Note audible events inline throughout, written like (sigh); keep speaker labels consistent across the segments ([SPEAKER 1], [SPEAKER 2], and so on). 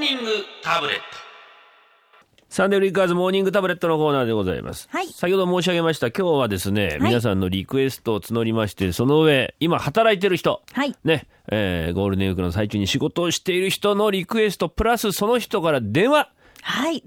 [SPEAKER 1] ニングタブレット
[SPEAKER 2] サンデーリッカーズモーニングタブレットのコーナーでございます。
[SPEAKER 3] はい
[SPEAKER 2] 先ほど申し上げました、今日はですね、
[SPEAKER 3] い
[SPEAKER 2] 皆さんのリクエストを募りまして、その上、今働いてる人、
[SPEAKER 3] はい
[SPEAKER 2] ね、えーゴールデンウィークの最中に仕事をしている人のリクエスト、プラスその人から電話、
[SPEAKER 3] はい。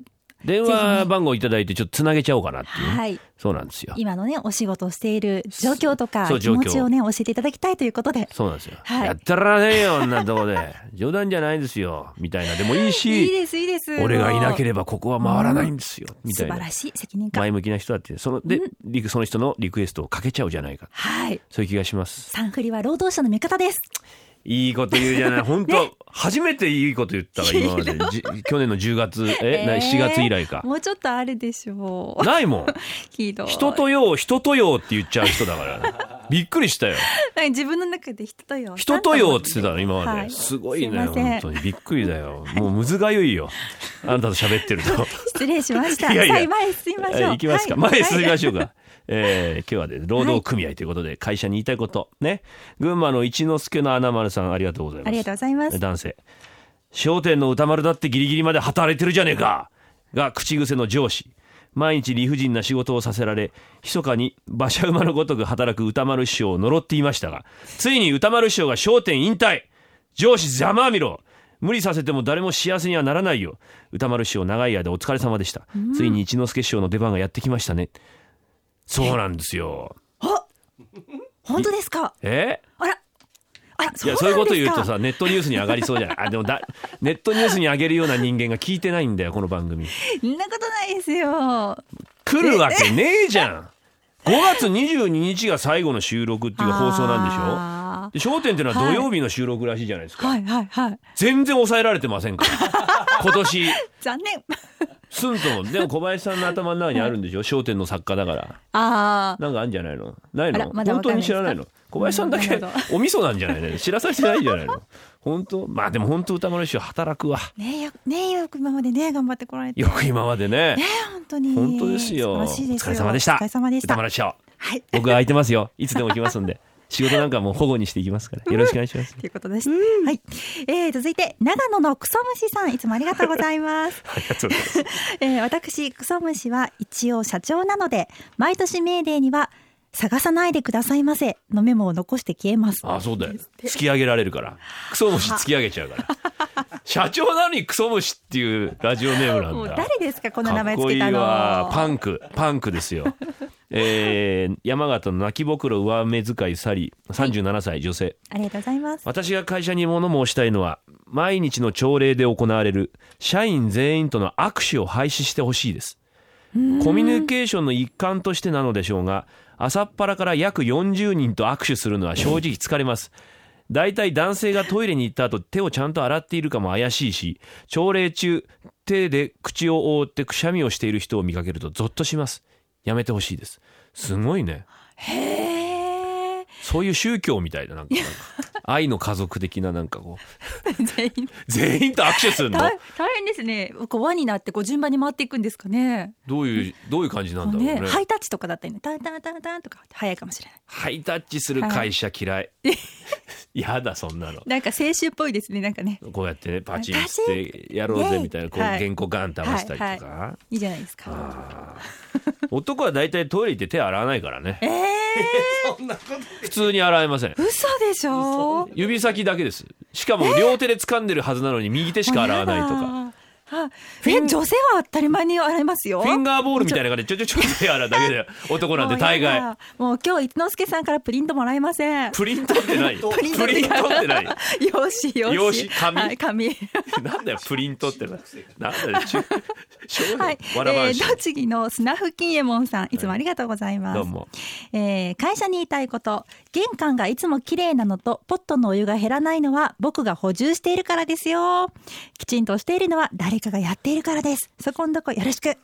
[SPEAKER 2] 電話番号いただいて、ちょっとつなげちゃおうかなっていうね、
[SPEAKER 3] はい。
[SPEAKER 2] そうなんですよ。
[SPEAKER 3] 今のね、お仕事をしている状況とか
[SPEAKER 2] そ、う
[SPEAKER 3] 気
[SPEAKER 2] 状況
[SPEAKER 3] 持ちをね、教えていただきたいということで。
[SPEAKER 2] そうなんですよ。
[SPEAKER 3] はい
[SPEAKER 2] やったらねえよ、女とこ (laughs) で。冗談じゃないですよ、みたいな。でもいい
[SPEAKER 3] いい
[SPEAKER 2] し、
[SPEAKER 3] です、いいです。
[SPEAKER 2] 俺がいなけ
[SPEAKER 3] れ
[SPEAKER 2] ればここは回らないんですよ、みた
[SPEAKER 3] 素
[SPEAKER 2] い
[SPEAKER 3] 晴
[SPEAKER 2] な
[SPEAKER 3] ら。しい責任感。
[SPEAKER 2] 前向きな人だって、その、で、リクその人のリクエストをかけちゃうじゃないか。
[SPEAKER 3] はい。
[SPEAKER 2] そういう気がします。
[SPEAKER 3] サンフリは労働者の味方です。
[SPEAKER 2] いいこと言うじゃ (laughs) ない。本当、初めていいこと言ったわ、今まで。じ去年の10月、え、な
[SPEAKER 3] えー
[SPEAKER 2] 7月以来か。
[SPEAKER 3] もうちょっとあるでしょ (laughs) う。
[SPEAKER 2] ないもん。
[SPEAKER 3] ひどい。
[SPEAKER 2] 人とよう、人とようって言っちゃう人だから。びっくりしたよ。
[SPEAKER 3] はい自分の中で人とよ。
[SPEAKER 2] 人とようって言ってたの、今ま
[SPEAKER 3] は
[SPEAKER 2] で。すごい
[SPEAKER 3] すい
[SPEAKER 2] ね、
[SPEAKER 3] ません
[SPEAKER 2] 本当に。びっくりだよ。もうむずがゆいよ。あなたと喋ってると。
[SPEAKER 3] 失礼しました。
[SPEAKER 2] いやいや
[SPEAKER 3] さあ前へ進みましょう。
[SPEAKER 2] はい行きますか。
[SPEAKER 3] はい
[SPEAKER 2] 前へ進みましょう
[SPEAKER 3] は (laughs)
[SPEAKER 2] か。えー今日はね、労働組合ということで、会社に言いたいこと。ね。群馬の一之輔の穴丸さん、ありがとうござい
[SPEAKER 3] い
[SPEAKER 2] ます。
[SPEAKER 3] ありがとうございます。
[SPEAKER 2] 男性商店の歌丸だってギリギリまで働いてるじゃねえかが口癖の上司毎日理不尽な仕事をさせられ密かに馬車馬のごとく働く歌丸師匠を呪っていましたがついに歌丸師匠が商店引退上司ざまあみろ無理させても誰も幸せにはならないよ歌丸師匠長い間お疲れ様でした、ついに一之輔師匠の出番がやってきましたねそうなんですよ
[SPEAKER 3] あ本当ですか。
[SPEAKER 2] え
[SPEAKER 3] あら。あら、
[SPEAKER 2] い
[SPEAKER 3] そう
[SPEAKER 2] や
[SPEAKER 3] なんですか。
[SPEAKER 2] そういうこと言うとさネットニュースに上がりそうじゃないあでもだネットニュースに上げるような人間が聞いてないんだよこの番組
[SPEAKER 3] そんなことないですよ。
[SPEAKER 2] 来るわけねえじゃん5月22日が最後の収録っていうか放送なん
[SPEAKER 3] あ
[SPEAKER 2] でしょで『焦点』ってのは土曜日の収録らしいじゃないです
[SPEAKER 3] ー
[SPEAKER 2] か、
[SPEAKER 3] はいはいはい。
[SPEAKER 2] 全然抑えられてませんから今年
[SPEAKER 3] 残念。
[SPEAKER 2] すんともでも小林さんの頭の中にあるんでしょ『焦点』の作家だから
[SPEAKER 3] ああ。
[SPEAKER 2] なんかあるんじゃないのない
[SPEAKER 3] あら
[SPEAKER 2] の、
[SPEAKER 3] まだわか
[SPEAKER 2] 本当
[SPEAKER 3] んない
[SPEAKER 2] に
[SPEAKER 3] です
[SPEAKER 2] 知
[SPEAKER 3] から
[SPEAKER 2] ないの小林さんだ
[SPEAKER 3] う
[SPEAKER 2] け
[SPEAKER 3] んなる
[SPEAKER 2] お味噌なんじゃないの知らされてないんじゃないの本当まあでも本当歌丸師匠働くわ
[SPEAKER 3] ねえよ、ねえよく今までね、頑張ってこられて。
[SPEAKER 2] よく今までね
[SPEAKER 3] ねえ本当に。
[SPEAKER 2] 本当です
[SPEAKER 3] 素
[SPEAKER 2] よ。
[SPEAKER 3] 晴らしいですよ
[SPEAKER 2] お疲れ様でした。
[SPEAKER 3] お疲れ様でした。
[SPEAKER 2] 歌丸師匠
[SPEAKER 3] はい。
[SPEAKER 2] 僕は空いてます (laughs) よ。いつでも来ますんで。仕事なんかもう保護にしていきますから。よろしくお願いします。
[SPEAKER 3] ということです。はい。えー、続いて、長野のクソムシさん、いつもありがとうございます。
[SPEAKER 2] ありがとうございます。
[SPEAKER 3] (laughs) えー、私、クソムシは一応社長なので、毎年メーデーには、探さないでくださいませのメモを残して消えます。
[SPEAKER 2] あ、そうだよ。突き上げられるから。クソ虫突き上げちゃ
[SPEAKER 3] (laughs)
[SPEAKER 2] うから。社長なのにクソ虫っていうラジオネーム
[SPEAKER 3] もう
[SPEAKER 2] なんだ。
[SPEAKER 3] 誰ですかこの名前つけたの。
[SPEAKER 2] かっこいいわパンクパンクです
[SPEAKER 3] (laughs)
[SPEAKER 2] よえー、山形の泣きぼくろ上目遣いサリー37歳女性
[SPEAKER 3] ありがとうございます。
[SPEAKER 2] 私が会社に物申したいのは毎日の朝礼で行われる社員全員との握手を廃止してほしいですコミュニケーションの一環としてなのでしょうが朝っぱらから約40人と握手するのは正直疲れます大体男性がトイレに行った後手をちゃんと洗っているかも怪しいし朝礼中手で口を覆ってくしゃみをしている人を見かけるとゾッとしますやめてほしいですすごいね (laughs)
[SPEAKER 3] へえ。
[SPEAKER 2] そういう宗教みたいななんかなんか愛の家族的ななんかこう
[SPEAKER 3] 全員
[SPEAKER 2] 全員と握手するの
[SPEAKER 3] 大大変ですね。こう輪になってこう順番に回っていくんですかね。
[SPEAKER 2] どういうどういう感じなんだろうね
[SPEAKER 3] ねハイタッチとかだったりね、タンタンタンタンとか早いかもしれない。
[SPEAKER 2] ハイタッチする会社嫌い (laughs) やだそんなの
[SPEAKER 3] なんか青春っぽいですね。なんかね、
[SPEAKER 2] こうやってねパチンしてやろうぜみたいなこう
[SPEAKER 3] はい
[SPEAKER 2] 原稿ガンって合わせたりとか
[SPEAKER 3] いいじゃないですか。
[SPEAKER 2] あー男は大体トイレ行って手洗わないからね
[SPEAKER 3] ええ
[SPEAKER 2] 普通に洗えません
[SPEAKER 3] ー、嘘でしょ。
[SPEAKER 2] 指先だけですしかも両手で掴んでるはずなのに右手しか洗わないとか
[SPEAKER 3] か。はいえ、女性は当たり前に洗いますよ。
[SPEAKER 2] フィンガーボールみたいな感じでちょちょちょ手洗うだけで男なんて大
[SPEAKER 3] もうや
[SPEAKER 2] 概
[SPEAKER 3] だ。もう今日一之輔さんからプリントもらえません。
[SPEAKER 2] プリントってないプリントってない
[SPEAKER 3] 用紙用紙。
[SPEAKER 2] 用紙紙
[SPEAKER 3] はい、紙。
[SPEAKER 2] (laughs) なんだよプリントってななんだよ
[SPEAKER 3] (laughs)
[SPEAKER 2] 中小
[SPEAKER 3] はい、え
[SPEAKER 2] わらばんし
[SPEAKER 3] ー、栃木のスナフキンエモンさん、いつもありがとうございます。
[SPEAKER 2] どうも
[SPEAKER 3] えー会社に言いたいこと、玄関がいつも綺麗なのと、ポットのお湯が減らないのは、僕が補充しているからですよ。きちんとしているのは、誰かがやっているからです。そこんとこよろしく。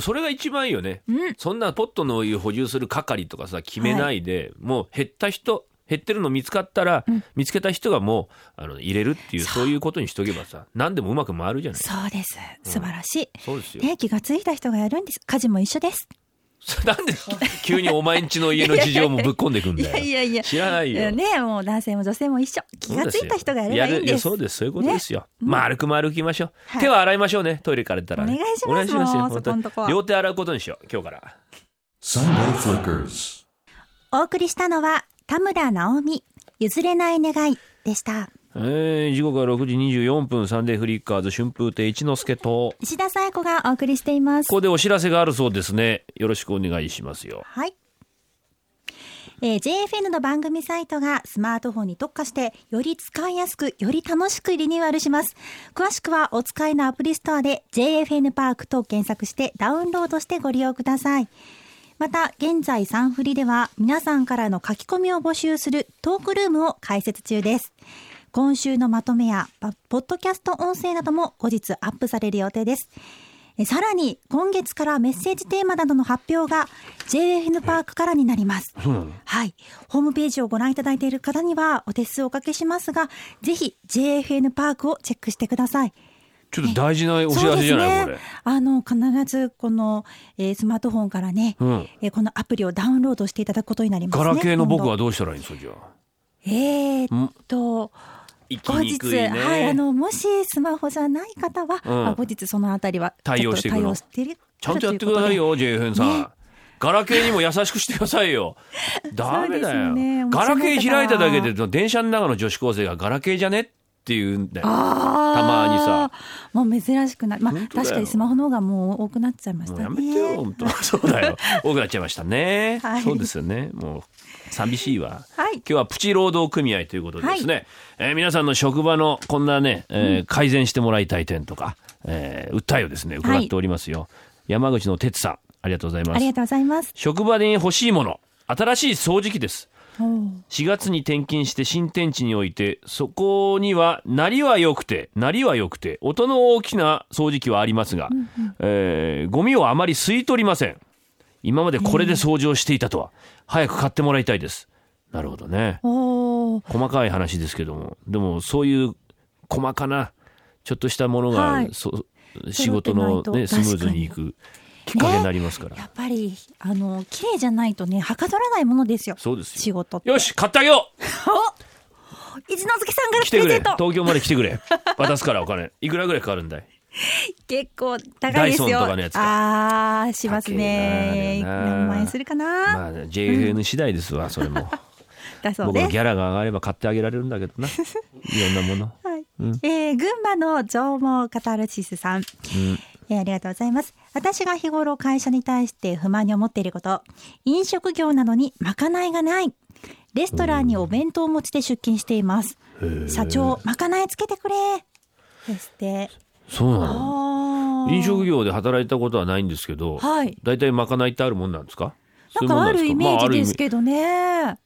[SPEAKER 2] それが一番いいよね、
[SPEAKER 3] うん
[SPEAKER 2] そんなポットのお湯補充する係とかさ決めないで、もう減った人減ってるの見つかったら、見つけた人がもうあの入れるっていうそういうことにしとけばさ何でもうまく回るじゃない
[SPEAKER 3] そうです。素晴らしい。
[SPEAKER 2] そうですよ、
[SPEAKER 3] ね、気がついた人がやるんです。家事も一緒です。
[SPEAKER 2] そ (laughs) れなんで急にお前んちの家の事情もぶっこんでくん
[SPEAKER 3] い
[SPEAKER 2] だ
[SPEAKER 3] やい
[SPEAKER 2] よ
[SPEAKER 3] やいや。
[SPEAKER 2] 知らないよ
[SPEAKER 3] ねもう男性も女性も一緒。気がついた人がやればいいん
[SPEAKER 2] や
[SPEAKER 3] で
[SPEAKER 2] る
[SPEAKER 3] す。
[SPEAKER 2] そうですそういうこと
[SPEAKER 3] ね
[SPEAKER 2] ですよ、
[SPEAKER 3] うん
[SPEAKER 2] 丸く丸くいきましょう、
[SPEAKER 3] はい
[SPEAKER 2] 手は洗いましょうねトイレから出たらね、
[SPEAKER 3] お願いしますもう
[SPEAKER 2] 本当に
[SPEAKER 3] そこんとこは
[SPEAKER 2] 両手洗うことにしよう今日から
[SPEAKER 1] Sunday Flickers.
[SPEAKER 3] お送りしたのは、田村直美、譲れない願いでした。
[SPEAKER 2] えー、時刻は6時24分サンデーフリッカーズ春風亭一之輔と
[SPEAKER 3] 石田紗友子がお送りしています
[SPEAKER 2] こ。こでお知らせがあるそうですねよろしくお願いしますよ
[SPEAKER 3] はい。えー JFN の番組サイトがスマートフォンに特化して、より使いやすく、より楽しくリニューアルします。詳しくはお使いのアプリストアで JFN パークと検索してダウンロードしてご利用ください。また、現在サンフリでは皆さんからの書き込みを募集するトークルームを開設中です。今週のまとめや、パポッドキャスト音声なども後日アップされる予定です。えさらに、今月からメッセージテーマなどの発表が JFN パークからになります。はい。ホームページをご覧いただいている方にはお手数をおかけしますが、ぜひ JFN パークをチェックしてください。
[SPEAKER 2] ちょっと大事なお知らせじゃない、
[SPEAKER 3] そうですねあの必ずこの、えースマートフォンからね、
[SPEAKER 2] これ、うん、
[SPEAKER 3] えーこのアプリをダウンロードしていただくことになります
[SPEAKER 2] ガ
[SPEAKER 3] ね。
[SPEAKER 2] ラケーの僕
[SPEAKER 3] 今
[SPEAKER 2] は
[SPEAKER 3] 度
[SPEAKER 2] どうしたらいいんですかじゃあ
[SPEAKER 3] えーっと
[SPEAKER 2] 行き
[SPEAKER 3] 後
[SPEAKER 2] に
[SPEAKER 3] 日、
[SPEAKER 2] くいね、
[SPEAKER 3] はいあのもしスマホじゃない方は、
[SPEAKER 2] うん
[SPEAKER 3] あ後日そのあたりは
[SPEAKER 2] 対応していくの
[SPEAKER 3] ちょっと対応してる
[SPEAKER 2] ちゃんとやってくださいよ JFN さん、
[SPEAKER 3] ね
[SPEAKER 2] ガラケーにも優しくしてくださ
[SPEAKER 3] (laughs)
[SPEAKER 2] いよダメだ
[SPEAKER 3] そ
[SPEAKER 2] よ
[SPEAKER 3] うですね
[SPEAKER 2] ガラケー開いただけで電車の中の女子高生がガラケーじゃねって言うんだよ
[SPEAKER 3] た
[SPEAKER 2] まにさ
[SPEAKER 3] もう珍しくないまあ
[SPEAKER 2] 本当だよ
[SPEAKER 3] 確かにスマホの方がもう多くなっちゃいまし
[SPEAKER 2] も
[SPEAKER 3] た
[SPEAKER 2] う
[SPEAKER 3] ね
[SPEAKER 2] やめてよ、本当 (laughs) そうだよ多くなっちゃいましたね、
[SPEAKER 3] はい
[SPEAKER 2] そうですよねもう寂しいわ
[SPEAKER 3] はい
[SPEAKER 2] 今日はプチ労働組合ということでですね、えー皆さんの職場のこんなね、えー改善してもらいたい点とか、えー訴えをですね伺っておりますよ、山口の哲さんありがとうございま
[SPEAKER 3] あり
[SPEAKER 2] す
[SPEAKER 3] がとうございます
[SPEAKER 2] 職場に欲しいもの新しい掃除機です
[SPEAKER 3] おー
[SPEAKER 2] 4月に転勤して新天地においてそこにはなりは良くてなりは良くて音の大きな掃除機はありますが、えーゴミをあまり吸い取りません今までこれで掃除をしていたとは早く買ってもらいたいですなるほどね
[SPEAKER 3] おー
[SPEAKER 2] 細かい話ですけどもでもそういう細かなちょっとしたものが、
[SPEAKER 3] はい
[SPEAKER 2] そ仕事の、
[SPEAKER 3] 揃ってな
[SPEAKER 2] ね、
[SPEAKER 3] いと
[SPEAKER 2] スムーズにいくきっかけになりますから、
[SPEAKER 3] やっぱりあの綺麗じゃないとねはかどらないものですよ
[SPEAKER 2] そうです
[SPEAKER 3] 仕
[SPEAKER 2] よ
[SPEAKER 3] 事って
[SPEAKER 2] よし買ってあげよう
[SPEAKER 3] 一之輔さんからプ
[SPEAKER 2] 来て
[SPEAKER 3] レ
[SPEAKER 2] くれ
[SPEAKER 3] ゼント
[SPEAKER 2] 東京まで来てくれ渡すからお金いくらぐらいかかるんだい
[SPEAKER 3] 結構高いですよ
[SPEAKER 2] ダイソンとかのやつ
[SPEAKER 3] あーしますね
[SPEAKER 2] 高えなあれな
[SPEAKER 3] 何万円するかな、
[SPEAKER 2] まあ JFN 次第ですわそれも
[SPEAKER 3] だ (laughs) そう
[SPEAKER 2] 僕
[SPEAKER 3] で
[SPEAKER 2] の
[SPEAKER 3] す
[SPEAKER 2] ギャラが上がれば買ってあげられるんだけど
[SPEAKER 3] (laughs)
[SPEAKER 2] ないろんなもの
[SPEAKER 3] はいえー群馬の縄文カタルシスさん、えーありがとうございます私が日頃会社に対して不満に思っていること飲食業なのにまかないがないレストランにお弁当を持ちで出勤しています社長まかないつけてくれそして
[SPEAKER 2] そうなの
[SPEAKER 3] あー
[SPEAKER 2] 飲食業で働いたことはないんですけど
[SPEAKER 3] はい
[SPEAKER 2] 大体まかないってあるもんなんですか
[SPEAKER 3] なんかあるイメージです
[SPEAKER 2] ど
[SPEAKER 3] けどね。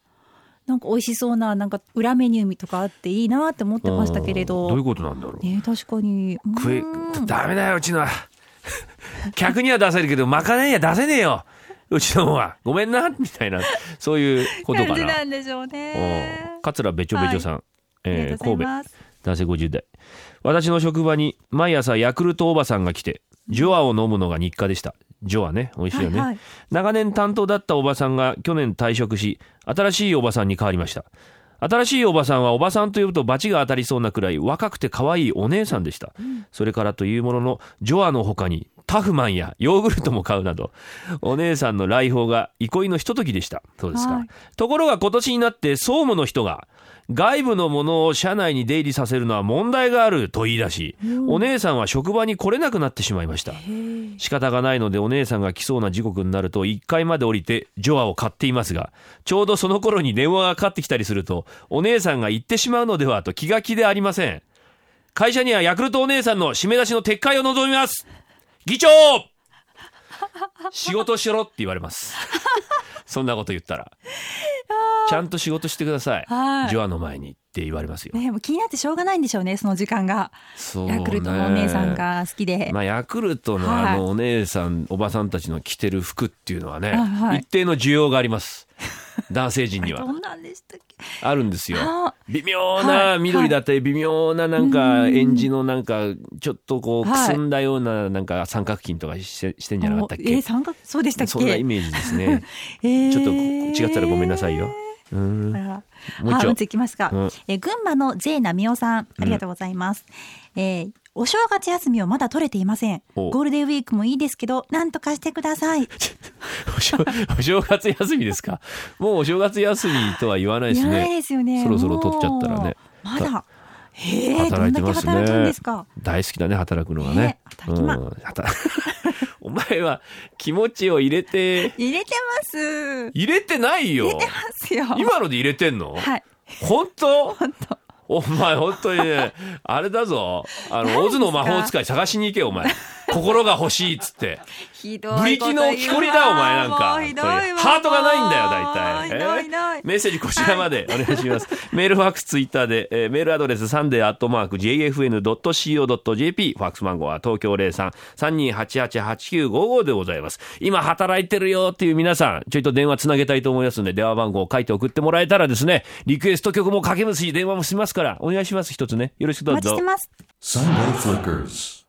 [SPEAKER 3] なんか美味しそうな、なんか裏メニューとかあっていいなって思ってましたけれど。
[SPEAKER 2] どういうことなんだろう
[SPEAKER 3] ね、確かに。うーん
[SPEAKER 2] 食いダメだようちのは (laughs) 客には出せるけどまかないは出せねえようちのはごめんなみたいなそういうことか
[SPEAKER 3] 感じ
[SPEAKER 2] な
[SPEAKER 3] なんでしょうね。
[SPEAKER 2] 桂べちょべちょさん、
[SPEAKER 3] あり
[SPEAKER 2] え
[SPEAKER 3] が
[SPEAKER 2] ー
[SPEAKER 3] とうござ
[SPEAKER 2] 神
[SPEAKER 3] い
[SPEAKER 2] 戸
[SPEAKER 3] ます。
[SPEAKER 2] 男性50代私の職場に毎朝ヤクルトおばさんが来てジョアを飲むのが日課でしたジョアね美味しいよね、
[SPEAKER 3] はいはい
[SPEAKER 2] 長年担当だったおばさんが去年退職し新しいおばさんに変わりました新しいおばさんはおばさんと呼ぶと罰が当たりそうなくらい若くて可愛いお姉さんでした、それからというもののジョアの他にタフマンやヨーグルトも買うなどお姉さんの来訪が憩いのひとときでしたそうですか、
[SPEAKER 3] はい
[SPEAKER 2] ところが今年になって総務の人が外部のものを社内に出入りさせるのは問題があると言い出し、お姉さんは職場に来れなくなってしまいました仕方がないのでお姉さんが来そうな時刻になると1階まで降りてジョアを買っていますがちょうどその頃に電話がかかってきたりするとお姉さんが行ってしまうのではと気が気でありません会社にはヤクルトお姉さんの締め出しの撤回を望みます議長仕事しろって言われますそんなこと言ったらちゃんと仕事してください
[SPEAKER 3] はい
[SPEAKER 2] ジョアの前にって言われますよ。
[SPEAKER 3] ね、もう気になってしょうがないんでしょうね、その時間が。
[SPEAKER 2] そうね
[SPEAKER 3] ヤクルトのお姉さんが好きで。
[SPEAKER 2] まあ、ヤクルトの
[SPEAKER 3] はい
[SPEAKER 2] あのお姉さん、おばさんたちの着てる服っていうのはね、
[SPEAKER 3] はいはい
[SPEAKER 2] 一定の需要があ
[SPEAKER 3] (laughs)
[SPEAKER 2] ります。男性陣に
[SPEAKER 3] ど
[SPEAKER 2] は
[SPEAKER 3] んなんでしたっけ
[SPEAKER 2] あるんですよ
[SPEAKER 3] あ。
[SPEAKER 2] 微妙
[SPEAKER 3] はい
[SPEAKER 2] な緑だったり、微妙ななんか、エンジのなんか、ちょっとこう、く
[SPEAKER 3] はい
[SPEAKER 2] すんだようななんか三角筋とかしてしてんじゃなかったっ
[SPEAKER 3] おえー、
[SPEAKER 2] け
[SPEAKER 3] 三角、そうでしたっけ
[SPEAKER 2] そんなイメージです
[SPEAKER 3] (laughs)
[SPEAKER 2] ね。
[SPEAKER 3] えー
[SPEAKER 2] ちょっと違ったらごめんなさいよ。う
[SPEAKER 3] あ
[SPEAKER 2] ん。
[SPEAKER 3] ら
[SPEAKER 2] もう一
[SPEAKER 3] あ
[SPEAKER 2] 丁
[SPEAKER 3] もう一ついきますか。
[SPEAKER 2] うん
[SPEAKER 3] えー群馬の J なみおさん、ありがとうございます。えーお正月休みをまだ取れていません。
[SPEAKER 2] お
[SPEAKER 3] ゴールデンウィークもいいですけど、なんとかしてください。
[SPEAKER 2] お正お正月休みですかもうお正月休みとは言わないで
[SPEAKER 3] い
[SPEAKER 2] す
[SPEAKER 3] ら
[SPEAKER 2] ね。
[SPEAKER 3] ないですよね。
[SPEAKER 2] そろそろ取っちゃったらね
[SPEAKER 3] もうまだ。へえ、ど
[SPEAKER 2] 働
[SPEAKER 3] んだ
[SPEAKER 2] いて
[SPEAKER 3] け
[SPEAKER 2] ますね
[SPEAKER 3] 働くんですか。
[SPEAKER 2] 大好きだね働くのがね
[SPEAKER 3] ね。働きま
[SPEAKER 2] うん働 (laughs) お前は気持ちを入れて
[SPEAKER 3] 入れてます。入
[SPEAKER 2] 入れてないよ
[SPEAKER 3] れ。てますよ。
[SPEAKER 2] 今ので入れてんの？
[SPEAKER 3] はい。
[SPEAKER 2] 本当？
[SPEAKER 3] 本当。
[SPEAKER 2] お前本当にねあれだぞ。あの
[SPEAKER 3] 何
[SPEAKER 2] オ
[SPEAKER 3] ですか
[SPEAKER 2] ズの魔法使い探しに行けお前。心が欲しいっつって。
[SPEAKER 3] ひどい
[SPEAKER 2] ブリキの木こりだお前なんか
[SPEAKER 3] もうひどいわ
[SPEAKER 2] 本当にハートがないんだよ大体
[SPEAKER 3] もうひどいひどい
[SPEAKER 2] メッセージこちらまでお願いし
[SPEAKER 3] (laughs)
[SPEAKER 2] ます。メールファックスツイッターで、えーメールアドレスサンデーアットマーク jfn.co.jp ファックス番号は東京零三三二八八八九五五でございます。今働いてるよっていう皆さん、ちょいと電話つなげたいと思いますので電話番号を書いて送ってもらえたらですね、リクエスト曲もかけますし電話もしますからお願いします一つねよろしくど
[SPEAKER 3] お
[SPEAKER 2] う
[SPEAKER 3] 待ちし
[SPEAKER 2] ぞ
[SPEAKER 3] て。ます。
[SPEAKER 1] Sunday Flickers.